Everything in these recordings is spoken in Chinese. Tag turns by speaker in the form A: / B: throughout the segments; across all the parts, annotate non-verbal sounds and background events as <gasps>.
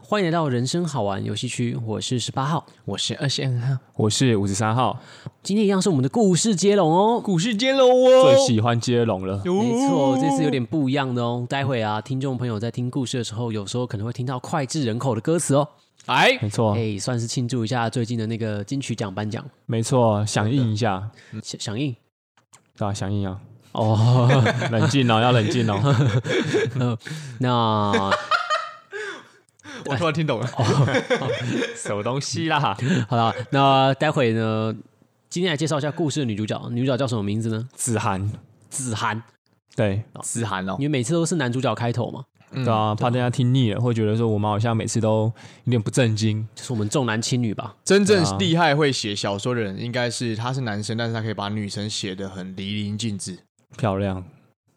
A: 欢迎来到人生好玩游戏区，我是十八号，
B: 我是二十二号，
C: 我是五十三号，
A: 今天一样是我们的故事接龙哦。
B: 股市接龙哦，
C: 最喜欢接龙了。
A: 没错，这次有点不一样的哦。待会啊，听众朋友在听故事的时候，有时候可能会听到脍炙人口的歌词哦。
B: 哎，
C: 没错，
A: 哎，算是庆祝一下最近的那个金曲奖颁奖
C: 没错，响应一下，
A: 响响应
C: 对吧、响应啊， <laughs>
A: 哦。
C: 冷静哦，要冷静哦。
A: <laughs> 那
B: <laughs> 我突然听懂了，哦
C: 什么东西
B: <laughs>
C: 啦？
A: 好了，那待会呢，今天来介绍一下故事的女主角，女主角叫什么名字呢？
C: 子涵，
A: 子涵，
C: 对，
B: 子涵哦
A: 因，为每次都是男主角开头嘛，
C: 对啊，怕大家听腻了，会觉得说我们好像每次都有点不正经。
A: 就是我们重男轻女吧。
B: 真正
C: 对啊
B: 厉害会写小说的人，应该是他是男生，但是他可以把女生写的很淋漓尽致。
C: 漂亮，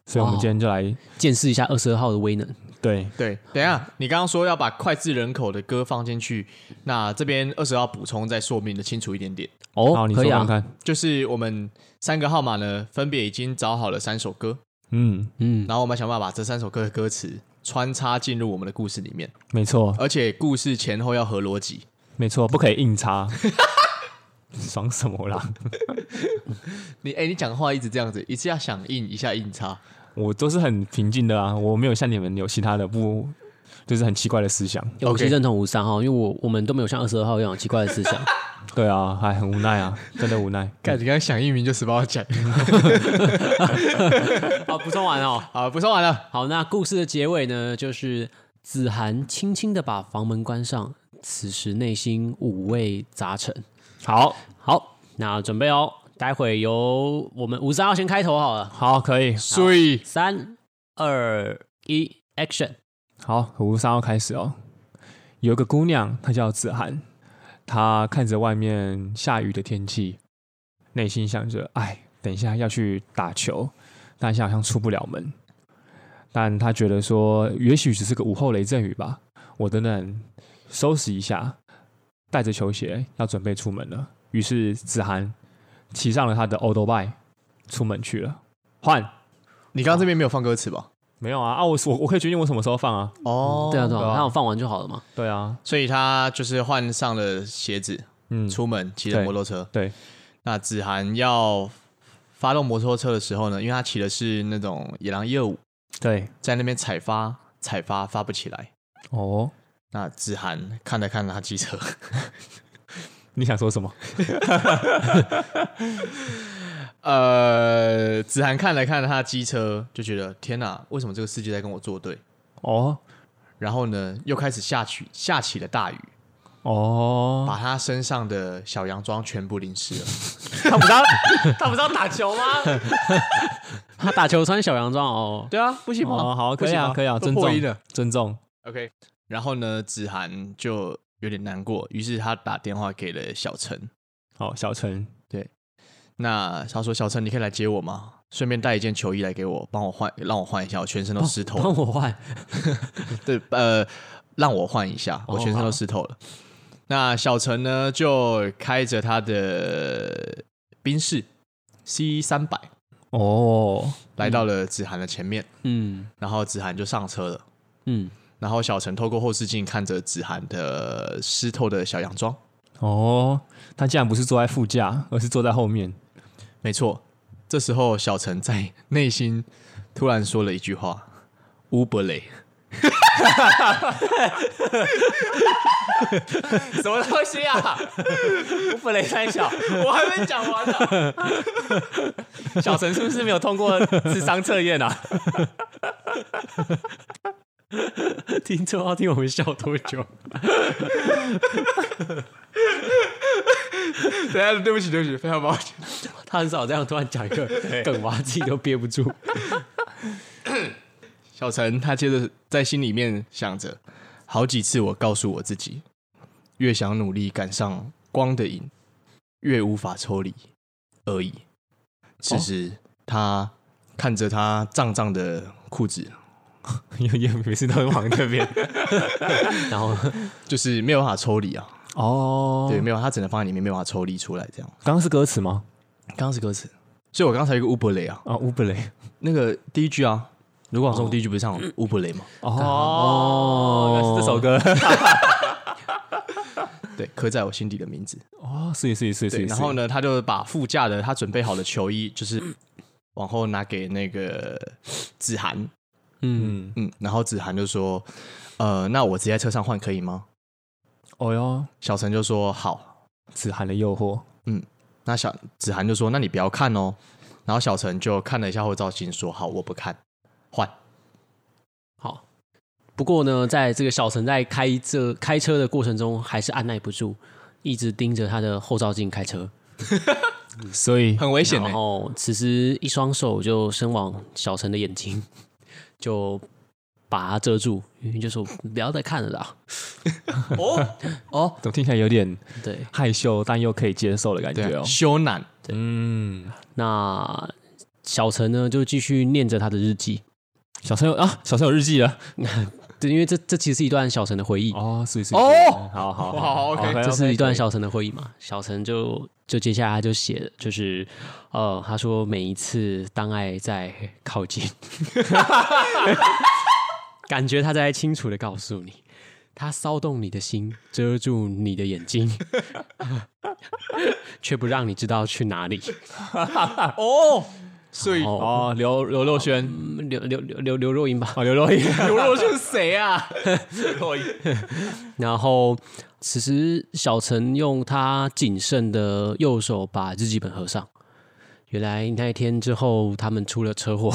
C: 所以我们今天就来，
A: 见识一下二十二号的威能。
C: 对，
B: 对，等一下，你刚刚说要把脍炙人口的歌放进去，那这边二十号补充再说明的清楚一点点。
C: 好，
A: 哦
C: 你
A: 可
C: 说
A: 以
C: 看
A: 啊，
C: 看，
B: 就是我们三个号码呢，分别已经找好了三首歌，
C: 嗯，
A: 嗯，
B: 然后我们想办法把这三首歌的歌词穿插进入我们的故事里面，
C: 没错，
B: 而且故事前后要合逻辑。
C: 没错，不可以硬
A: <laughs>
C: 插。爽什么啦？
B: 你哎，你讲话一直这样子，一下响应，一下硬插。
C: 我都是很平静的啊，我没有像你们有其他的不，就是很奇怪的思想。
A: 我其
B: OK
A: 实认同五三号，因为我我们都没有像二十二号一样有奇怪的
C: <laughs>
A: 思想。
C: 对啊，还很无奈啊，真的无奈。
B: 看你刚刚响应名就十八讲 <laughs>
A: 好，补充完哦。
B: 好，不说完了。
A: 好，那故事的结尾呢，就是子涵轻轻的把房门关上，此时内心五味杂陈。
C: 好，
A: 好，那准备哦，待会由我们五三号先开头好了。
C: 好，可以，
B: 所以
A: 三二一，Action！
C: 好，五三号开始哦。有一个姑娘，她叫子涵，她看着外面下雨的天气，内心想着：哎，等一下要去打球，但是好像出不了门。但她觉得说，也许只是个午后雷阵雨吧，我等等收拾一下，带着球鞋要准备出门了。于是子涵骑上了她的 old bike，出门去了。换
B: 你刚刚这边没有放歌词吧？
C: 没有啊啊！我我我可以决定我什么时候放啊。
B: 哦
A: 对啊，对
C: 对
A: 啊，
C: 啊
A: 那我放完就好了嘛。
C: 对啊，
B: 所以他就是换上了鞋子，
C: 嗯，
B: 出门骑着摩托车。
C: 对，
B: 那子涵要发动摩托车的时候呢，因为他骑的是那种野狼一二五，
C: 对，
B: 在那边踩发踩发发不起来。
C: 哦，
B: 那子涵看了看他机车， <laughs>
C: 你想说什么？
B: 呃，子涵看了看他机车，就觉得天哪，为什么这个世界在跟我作对？
C: 哦
B: 然后呢，又开始下起下起了大雨，
C: 哦，
B: 把他身上的小洋装全部淋湿了。
C: 他不是要他不是要打球吗？
A: <laughs> 他打球穿小洋装哦，
B: <laughs> 对啊，不行吗？
C: 哦，好，
B: 不
C: 可以
B: 行
C: 啊，
B: 吗
C: 可以啊，
B: 都
C: 尊
B: 破音
C: 重
B: 了，
C: 尊重。
B: OK，然后呢，子涵就有点难过，于是他打电话给了小陈。
C: 好，小陈，
B: 那他说：“小陈，你可以来接我吗？顺便带一件球衣来给我，帮我换，让我换一下，我全身都湿透
C: 哦
A: 帮
B: 了。
A: 我换。
B: 对，呃，让我换一下，
A: 哦
B: 我全身都湿透了。那小陈呢，就开着他的宾士 C 三百
C: 哦，
B: 来到了子涵的前面，
A: 嗯
B: 然后子涵就上车了。
A: 嗯，
B: 然后小陈透过后视镜看着子涵的湿透的小洋装，
C: 哦，他竟然不是坐在副驾，而是坐在后面。
B: 没错，这时候小陈在内心突然说了一句话：“乌伯雷。
A: 什
C: <laughs>
A: 么东西啊？我本来三小，
C: 我还没讲完呢。
A: <laughs>
C: 小陈是不是没有通过智商测验啊？
A: 听众要听我们笑多久？”
B: <laughs> 等下，对不起，对不起，非常抱歉。
A: 他很少这样突然讲一个梗吧，自己都憋不住。
B: 小陈他接着在心里面想着，好几次我告诉我自己，越想努力赶上光的影，越无法抽离而已。此时，他看着他胀胀的裤子，
C: 也 <laughs> 也每次都会往那边。
A: <laughs> 然后
B: 就是没有办法抽离啊，
C: 哦，
B: 对，，没有，他只能放在里面，没有办法抽离出来。这样，
C: 刚刚是歌词吗？
B: 刚刚是歌词，所以我刚才有一个乌伯雷啊。
C: 啊，乌布雷。
B: 那个第一句啊，卢广仲第一句不是唱乌布雷吗？
C: 哦，原来是这首歌
B: 对，刻在我心底的名字。
C: 哦，是是是
B: 对，
C: 是。
B: 然后呢，他就把副驾的他准备好的球衣，就是往后拿给那个子涵，
A: 嗯，
C: 嗯，
B: 嗯，然后子涵就说：“呃，那我直接在车上换可以吗
C: 哦哟，？”
B: 小陈就说：“好。
C: 子涵的诱惑，”
B: 那小子涵就说：“那你不要看哦。”然后小陈就看了一下后照镜，说：“好，我不看，换。
A: 好。不过呢，在这个小陈在开这开车的过程中，还是按耐不住，一直盯着他的后照镜开车。
C: 所以”
B: 很危险欸
A: 然
B: 呢、
A: 后此时一双手就伸往小陈的眼睛，就把他遮住，因为就说不要再看了啦。
B: 哦，
A: 哦，
C: 怎么听起来有点
A: 对，
C: 害羞，但又可以接受的感觉
B: 对啊，
C: 哦。
B: 羞赧。
C: 嗯，
A: 那小陈呢就继续念着他的日记，
C: 小陈有啊，小陈有日记了。
A: 对，因为这这其实是一段小陈的回忆，
C: 哦，是是是。
B: 哦
C: 好好
B: 哇好，OK，
A: 这是一段小陈的回忆嘛。小陈就就接下来就写了，就是呃，他说每一次当爱在靠近， <laughs> 感觉他在清楚的告诉你。他骚动你的心，遮住你的眼睛， <laughs> 却不让你知道去哪里。
B: <laughs> 哦，所以
A: 哦，
C: 哦，刘刘若瑄
A: 嗯刘刘刘刘刘若英吧，
C: 哦，刘
A: <laughs>
C: 若英
B: 刘若瑄是谁啊？刘若英
A: 然后，此时小陈用他谨慎的右手把日记本合上。原来那一天之后，他们出了车 <laughs> 祸。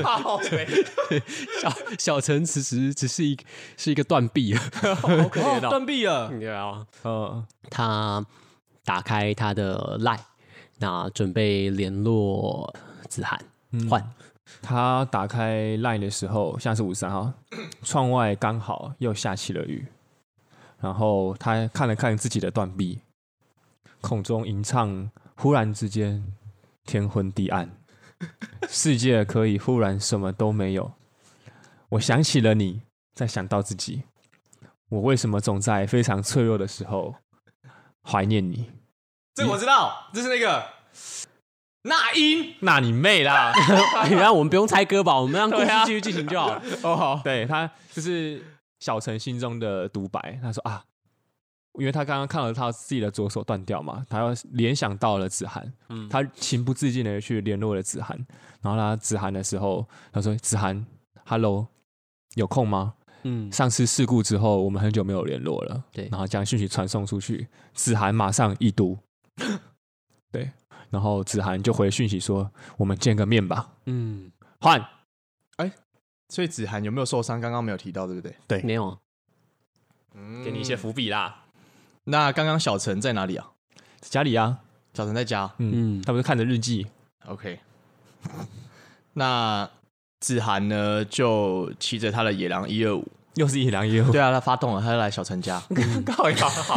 B: 靠北
A: <laughs> 小小陈此时只是一个是一个断臂了。
C: 好可
B: 哦断臂了。
A: 对啊，
C: 嗯，
A: 他打开他的 Line，那准备联络子涵换。
C: 嗯他打开 LINE 的时候，现在是五十三 <clears throat> 号，窗外刚好又下起了雨。然后他看了看自己的断臂，空中吟唱，忽然之间天昏地 <laughs> 暗，世界可以忽然什么都没有。我想起了你，再想到自己，我为什么总在非常脆弱的时候怀念你？
B: 这个我知道，这是那个那英
C: 那你妹啦！
A: <laughs> 原来我们不用猜歌吧，我们让故事继续进行就好了。
B: 哦，好，
C: 对他 <laughs> 就是小陈心中的独白。他说啊，因为他刚刚看了他自己的左手断掉嘛，他又联想到了子涵，他情不自禁的去联络了子涵。然后他子涵的时候，他说：“子涵，Hello，有空吗？
A: 嗯，
C: 上次事故之后，我们很久没有联络了。”
A: 对
C: 然后将讯息传送出去，子涵马上已读。 <laughs> 对，然后子涵就回讯息说：“我们见个面吧。
A: 嗯，”
C: 换
B: 所以子涵有没有受伤？刚刚没有提到，对不对？
A: 没有啊，
C: 给你一些伏笔啦，
B: 那刚刚小陈在哪里啊？
C: 家里啊，
B: 小陈在家。
A: 嗯
C: 嗯，他不是看着日记，
B: OK，那子涵呢就骑着他的野狼一二五，
C: 又是一良一户，
B: 对啊，他发动了，他就来小陈家。
C: 靠呀，好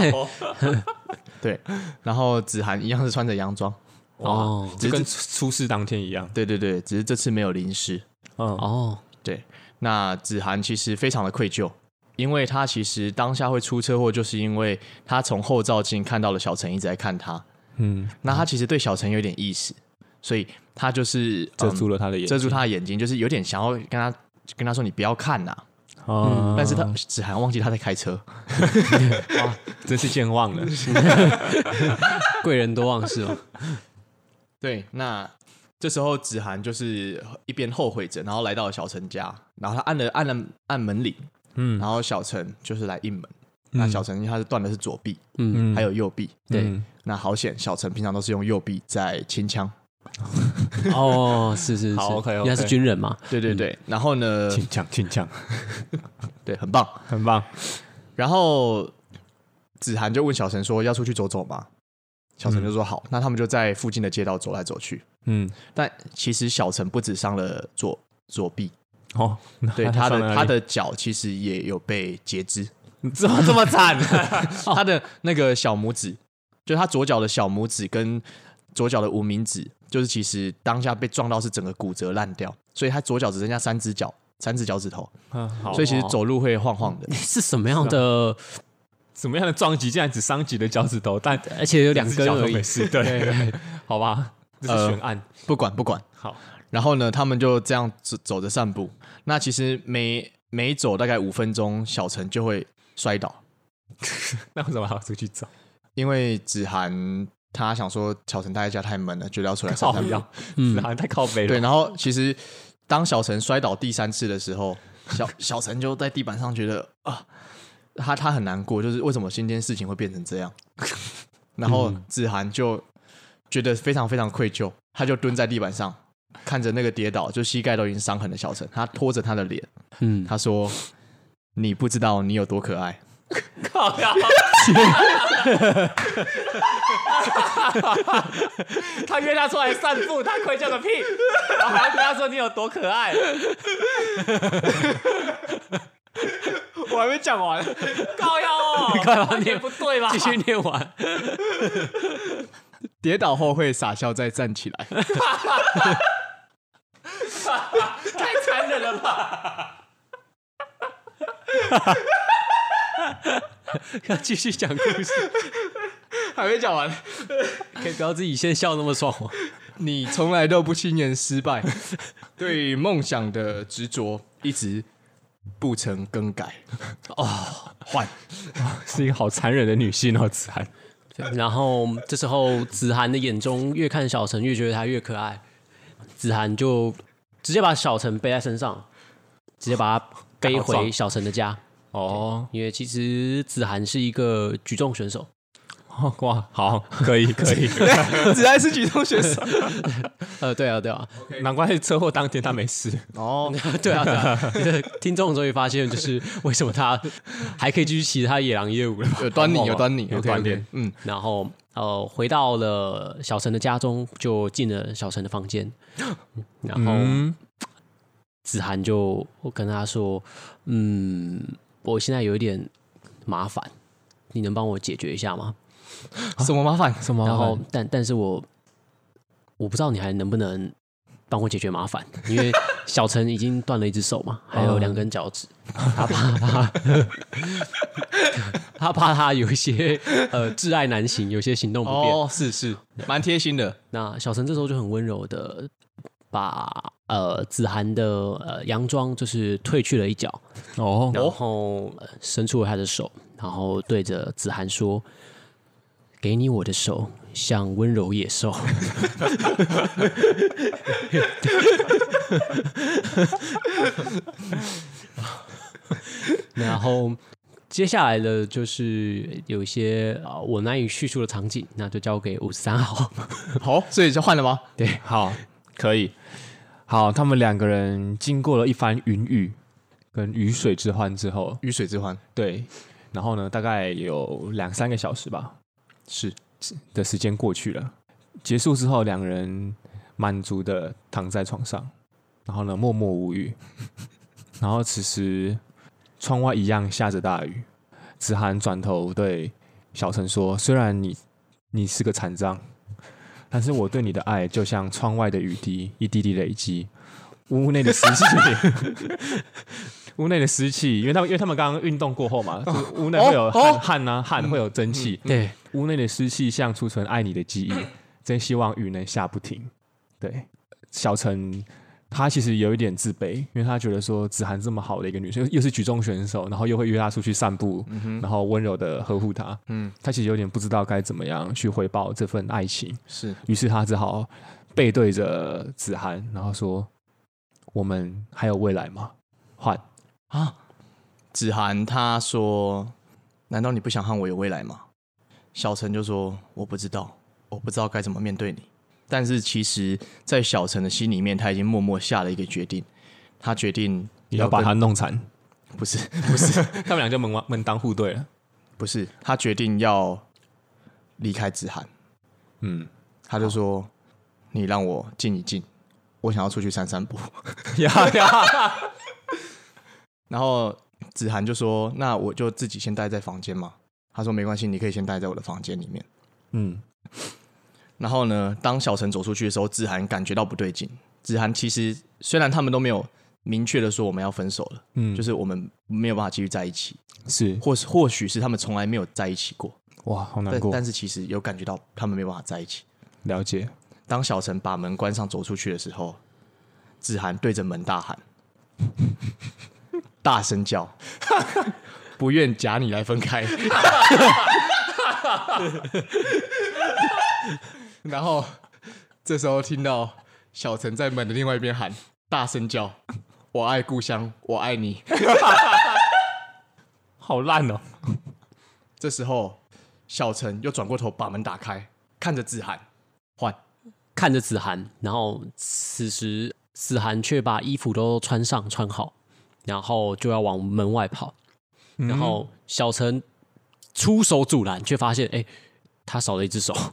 B: <laughs> 对，然后子涵一样是穿着洋装。
A: 哦
C: 就跟出出事当天一样。
B: 对对对，只是这次没有淋湿。
C: 嗯，
A: 哦，
B: 那子涵其实非常的愧疚，因为他其实当下会出车祸，就是因为他从后照镜看到了小陈一直在看他，
C: 嗯，
B: 那他其实对小陈有点意思，所以他就是
C: 遮
B: 嗯
C: 住了他的眼，
B: 遮住他的眼睛，就是有点想要跟他跟他说你不要看呐、
C: 哦，
B: 但是他子涵忘记他在开车，
C: 真是健忘了。
A: 贵人多忘事哦。
B: 对，那这时候子涵就是一边后悔着，然后来到了小陈家，然后他按了按了按门铃，
C: 嗯
B: 然后小陈就是来应门，那小陈他是断的是左臂，
A: 嗯，
B: 还有右臂，
A: 对
C: 嗯
B: 那好险，小陈平常都是用右臂在清枪，
A: 哦，是是是，
C: 好，OK，OK
A: 因为他是军人嘛，
B: 对对对，然后呢，
C: 挺强挺强，
B: 对，很棒，
C: 很棒。
B: 然后子涵就问小陈说要出去走走吗？小陈就说好，那他们就在附近的街道走来走去。
C: 嗯，
B: 但其实小陈不止伤了左
C: <laughs>
B: 左臂，
C: 哦，
B: 对
C: 那
B: 他
C: 上哪
B: 的
C: 里
B: 他的脚其实也有被截肢，
C: 怎么这么惨？哦
B: 他的那个小拇指，就他左脚的小拇指跟左脚的无名指，就是其实当下被撞到是整个骨折烂掉，所以他左脚只剩下三只脚，三只脚趾头，
C: 嗯好
B: 所，以其实走路会晃晃的。
A: 是什么样的？
C: 怎么样的撞击竟然只伤及了脚趾头，但
A: 啊而且有两
C: 只
A: 根
C: 脚
A: 而
C: 都
A: 已 <laughs>
C: 没。事，对，好吧，这是悬案。
B: 不管不管，
C: 好，
B: 然后呢，他们就这样走走着散步。那其实每每走大概五分钟，小陈就会摔倒，
C: 那为什么还要出去找？
B: 因为子涵他想说小陈待在家太闷了，觉得要出来散
C: 靠
B: 散步。
C: 腰，子涵太靠北
B: 对，
C: 了。
B: 然后其实当小陈摔倒第三次的时候，小小陈就在地板上觉得啊，他他很难过，就是为什么今天事情会变成这样。 <laughs> 然后
C: 嗯
B: 子涵就觉得非常非常愧疚，他就蹲在地板上看着那个跌倒就膝盖都已经伤痕的小陈，他拖着他的脸，
A: 嗯，
B: 他说：“你不知道你有多可爱。”
C: 靠腰，他约他出来散步，他愧疚个屁！然后还跟他说你有多可 <laughs> 爱，啊
B: 我还没讲完，
C: 靠腰哦，
A: 干嘛
C: 完全不对吧？
A: 继续念完。
B: 跌倒后会傻笑再站起来。
C: 太残忍了吧！
A: 要继续讲故事，
B: <laughs> 还没讲完，
A: 可以不要自己先笑那么爽吗？
B: 你从来都不轻言失败， <laughs> 对梦想的执着一直不曾更改。哦，换
C: 是一个好残忍的女性哦，子涵。
A: 对然后这时候子涵的眼中越看小陈越觉得他越可爱，子涵就直接把小陈背在身上，直接把他背
C: 好爽
A: 回小陈的家。
C: 哦，
A: 因为其实子涵是一个举重选手，
C: 哦哇，好，可以可以，
B: 子安是举重选手。
A: 呃，对啊，对啊，
C: <laughs> 难怪车祸当天他没事。
B: <laughs> 哦，
A: <laughs> 对啊，对啊，这听众终于发现，就是为什么他还可以继续骑他野狼业务了吧。 <laughs>
B: 有端
C: 好
B: 倪，
C: 好
B: 有端倪，
C: 有
B: 哦有
C: 端
B: 端
C: 倪
B: 倪。嗯，
A: 然后呃，回到了小陈的家中，就进了小陈的房间，然后。
C: 嗯，
A: 子涵就我跟他说，嗯，我现在有一点麻烦，你能帮我解决一下吗？
B: 什么麻烦？
C: 什么？
A: 然后，但但是我我不知道你还能不能帮我解决麻烦，因为小陈已经断了一只手嘛，还有两根脚趾，他怕他 <laughs> 他怕他有一些呃挚爱难行，有些行动不便。
B: 哦，是是，蛮贴心的。
A: 那小陈这时候就很温柔的把呃子涵的呃洋装就是褪去了一角。
C: 哦，
A: 然后呃伸出了他的手，然后对着子涵说：“给你我的手，像温柔野兽。 <laughs> 然后接下来的就是有一些呃我难以叙述的场景，那就交给五十三号。
B: 好，所以就换了吗？
C: 对，好，可以。好，他们两个人经过了一番云雨跟雨水之欢之后，
B: 鱼水之欢
C: 对，然后呢，大概有两三个小时吧
B: 是
C: 的时间过去了。结束之后，两个人满足的躺在床上，然后呢，默默无
B: <laughs>
C: 语。然后此时，窗外一样下着大雨。子涵转头对小陈说：“虽然你你是个残障，但是我对你的爱就像窗外的雨滴，一滴滴累积，屋内的湿气，
B: <laughs>
C: 屋内的湿气，因为他们因为他们刚刚运动过后嘛，就是屋内会有汗、
B: 哦
C: 汗啊，汗会有蒸汽，
A: 对，
C: 屋内的湿气像储存爱你的 <laughs> 记忆，真希望雨能下不停。对，小陈他其实有一点自卑，因为他觉得说子涵这么好的一个女生，又又是举重选手，然后又会约她出去散步，然后温柔的呵护她，
B: 嗯
C: 嗯，他其实有点不知道该怎么样去回报这份爱情，
B: 是，
C: 于是他只好背对着子涵，然后说：“我们还有未来吗？”换啊
B: 子涵他说：“难道你不想和我有未来吗？”小陈就说：“我不知道，我不知道该怎么面对你。”但是其实，在小陈的心里面，他已经默默下了一个决定，他决定
C: 你要把
B: 跟
C: 他弄残，
B: 不是不是
C: <laughs> 他们俩就门门当户对了。
B: 不是，他决定要离开子涵。
C: 嗯， <laughs>
B: 他就说：“你让我静一静，我想要出去散散步。”
C: 呀呀，
B: 然后子涵就说：“那我就自己先待在房间嘛。”他说：“没关系，你可以先待在我的房间里面。”
C: 嗯，
B: 然后呢，当小陈走出去的时候，子涵感觉到不对劲。子涵其实虽然他们都没有明确的说我们要分手了，
C: 嗯
B: 就是我们没有办法继续在一起，
C: 是
B: 或是或许是他们从来没有在一起过，
C: 哇，好难
B: 但
C: 过。
B: 但是其实有感觉到他们没有办法在一起。
C: 了解，
B: 当小陈把门关上走出去的时候，子涵对着门大喊，大声叫， <laughs> 不愿假你来分开。然后这时候听到小陈在门的另外一边喊，大声叫：“我爱故乡，我爱你。
C: 好烂哦、”
B: 这时候小陈又转过头把门打开，看着子涵，换
A: 看着子涵，然后此时子涵却把衣服都穿上穿好，然后就要往门外跑，然后小陈出手阻拦，却发现哎、他少了一只手， <laughs>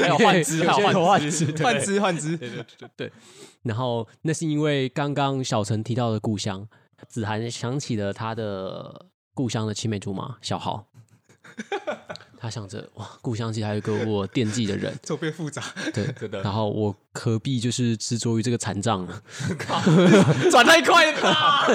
A: 还有换肢，还有换
B: <laughs> 换 <laughs> 只换只换只，
A: 然后那是因为刚刚小陈提到的故乡，子涵想起了他的故乡的青梅竹马小豪， <laughs> 他想着哇，故乡其实还有一个我惦记的人，
B: 这变复杂，
A: 对，
B: <laughs> 真的
A: 然后我何必就是执着于这个残障呢？
B: <laughs> 转太快了吧。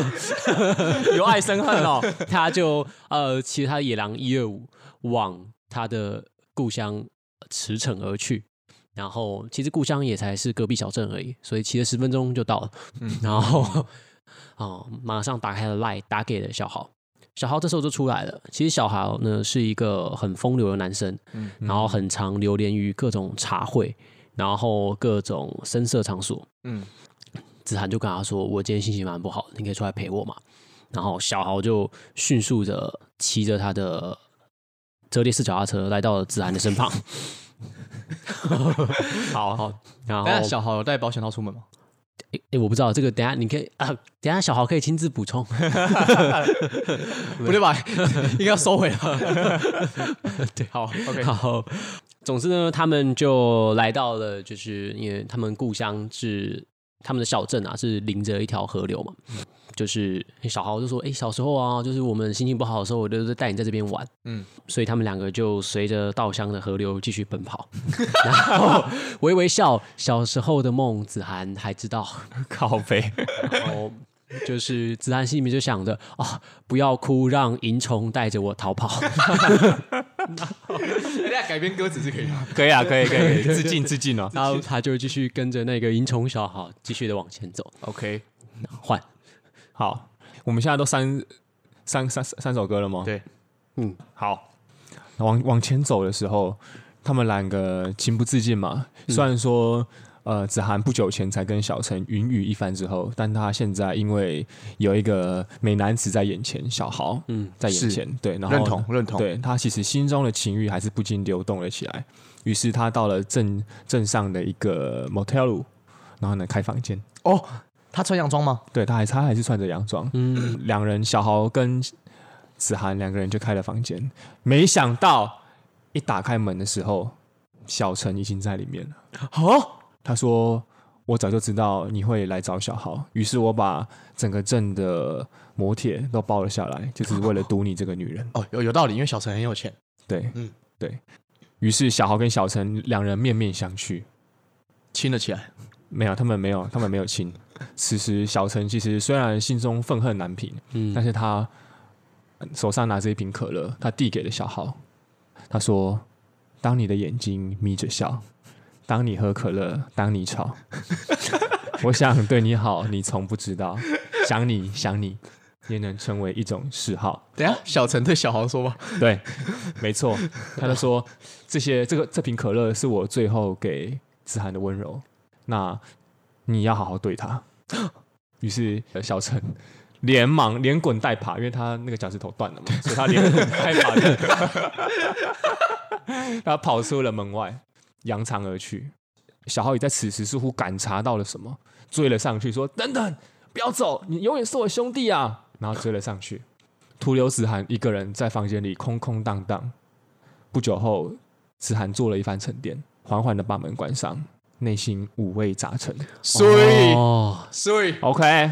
A: <laughs> 由爱生恨哦，他就呃骑着他的野狼一二五往他的故乡驰骋而去。然后其实故乡也才是隔壁小镇而已，所以骑了十分钟就到了。
B: 嗯
A: 然后 <laughs> 哦，马上打开了 line 打给了小豪。小豪这时候就出来了。其实小豪呢是一个很风流的男生，
B: 嗯
A: 然后很常流连于各种茶会，然后各种深色场所。
B: 嗯，
A: 子涵就跟他说：“我今天心情蛮不好的，你可以出来陪我嘛。”然后小豪就迅速的骑着他的折叠式脚踏车来到了子涵的身旁。
C: <laughs> 好好，
A: 然后，
B: 等一下小豪有带保险套出门吗？
A: 诶诶我不知道这个，等一下你可以啊，等一下小豪可以亲自补充。
B: 不对吧？应该要收回了。 <laughs> 对，好，OK，
A: 然后，总之呢，他们就来到了，就是因为他们故乡是他们的小镇啊，是临着一条河流嘛。
B: 嗯
A: 就是小豪就说：“哎、小时候啊，就是我们心情不好的时候，我都是带你在这边玩。”
B: 嗯
A: 嗯，所以他们两个就随着稻香的河流继续奔跑，
B: <laughs>
A: 然后微微笑。小时候的梦，子涵还知道。 <laughs>
C: 靠背， <laughs>
A: 然后就是子涵心里面就想着啊、不要哭，让萤虫带着我逃跑。
B: 人家改编歌词是可以的。
C: 可以啊，可以，可以，可以致敬，致敬哦。
A: 然后他就继续跟着那个萤虫小好继续的往前走，
B: <laughs> OK，
A: 换
C: 好，我们现在都三三三三首歌了吗？
B: 对，
A: 嗯，
C: 好，往往前走的时候，他们两个情不自禁嘛。
B: 嗯
C: 虽然说，呃，子涵不久前才跟小陈云雨一番之后，但他现在因为有一个美男子在眼前，小豪，嗯，在眼
B: 是
C: 前，对，然后
B: 认同认同。
C: 对他其实心中的情欲还是不禁流动了起来。于是他到了镇镇上的一个 motel，room，然后呢开房间。
B: 哦，他穿洋装吗？
C: 对，他还他还是穿着洋装。嗯，两人小豪跟子涵两个人就开了房间。没想到一打开门的时候，小陈已经在里面了。
B: 哦，
C: 他说：“我早就知道你会来找小豪，于是我把整个镇的摩铁都包了下来，就是为了赌你这个女
B: <laughs>
C: 人。”
B: 哦，有有道理，因为小陈很有钱。
C: 对，
B: 嗯
C: 嗯，对于是小豪跟小陈两人面面相觑，
B: 亲了起来，
C: 没有，他们没有，他们没有亲。此时，小陈其实虽然心中愤恨难平，
A: 嗯
C: 但是他手上拿着一瓶可乐，他递给了小豪，他说：“当你的眼睛眯着笑，当你喝可乐，当你吵，我想对你好，你从不知道，想你想你，也能成为一种嗜好。”
B: 等一下小陈对小豪说吧，
C: <laughs> 对，没错，他就说这些这个这瓶可乐是我最后给子涵的温柔，那你要好好对他。 <gasps> 于是呃小陈连忙连滚带爬，因为他那个脚趾头断了嘛，所以他连滚带爬的， <laughs> 他跑出了门外，扬长而去。小浩也在此时似乎感察到了什么，追了上去说：“等等，不要走，你永远是我兄弟啊！”然后追了上去。徒留子涵一个人在房间里空空荡荡。不久后，子涵做了一番沉淀，缓缓的把门关上，内心五味杂陈。
B: <laughs> 所
A: 哦，
B: 所以
C: OK，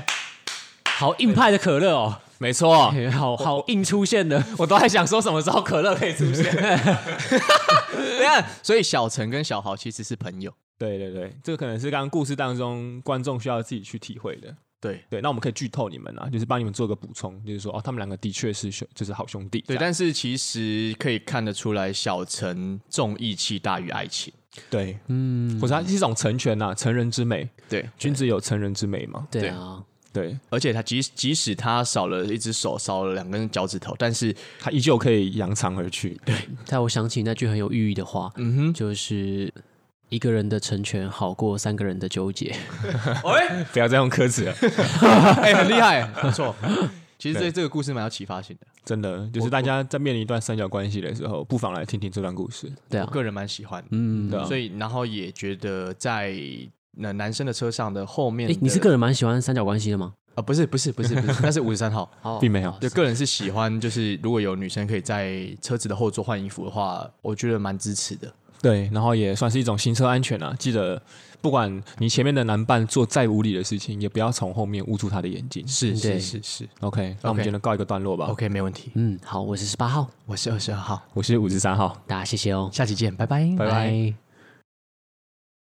A: 好硬派的可乐哦，
C: 没错，
A: 哎好好硬出现的，啊
C: 我都在想说什么时候可乐可以出
A: <laughs>
C: 现。
B: 等一下，所以小陈跟小豪其实是朋友。
C: 对对对，这个可能是刚刚故事当中观众需要自己去体会的。
B: 对
C: 对，那我们可以剧透你们啊，就是帮你们做个补充，就是说哦，他们两个的确是兄，就是好
B: 啊
C: 兄弟。
B: 对，但是其实可以看得出来，小陈重义气大于爱情。
C: 对，
A: 嗯，
C: 或者它是一种成全呐、成人之美，
B: 对，
C: 君子有成人之美嘛。
A: 对啊，
C: 对，
B: 而且他即即使他少了一只手，少了两根脚趾头，但是
C: 它依旧可以扬长而去。
A: 但我想起那句很有寓意的话，
B: 嗯哼，
A: 就是一个人的成全好过三个人的纠结。
C: 不要再用科子了，
B: <laughs> 哎、很厉
A: <laughs>
B: 害，不错。其实这这个故事蛮有启发性的，
C: 真的，就是大家在面临一段三角关系的时候，不妨来听听这段故事。
A: 对
B: 我
A: 啊，
B: 个人蛮喜欢的。
A: 嗯，
C: 对啊
B: 所以，然后也觉得在那男生的车上的后面
A: 哎、
B: 的，
A: 你是个人蛮喜欢三角关系的吗？
B: 啊？不是，不是，不是，不是，那是五十三号。
A: <laughs> 哦
C: 并没有
B: 就个人是喜欢，就是如果有女生可以在车子的后座换衣服的话，我觉得蛮支持的。
A: 嗯
C: 对，然后也算是一种行车安全啊。记得，不管你前面的男伴做再无理的事情，也不要从后面捂住他的眼睛。
B: 是
A: 对
B: 是是是
C: OK，那我们
B: OK
C: 今天告一个段落吧。
B: ，OK，没问题。
A: 嗯，好，我是十八号，
B: 我是二十二号，
C: 我是五十三号。
A: 大家谢谢哦，
B: 下期见，拜拜，
C: 拜拜
A: 拜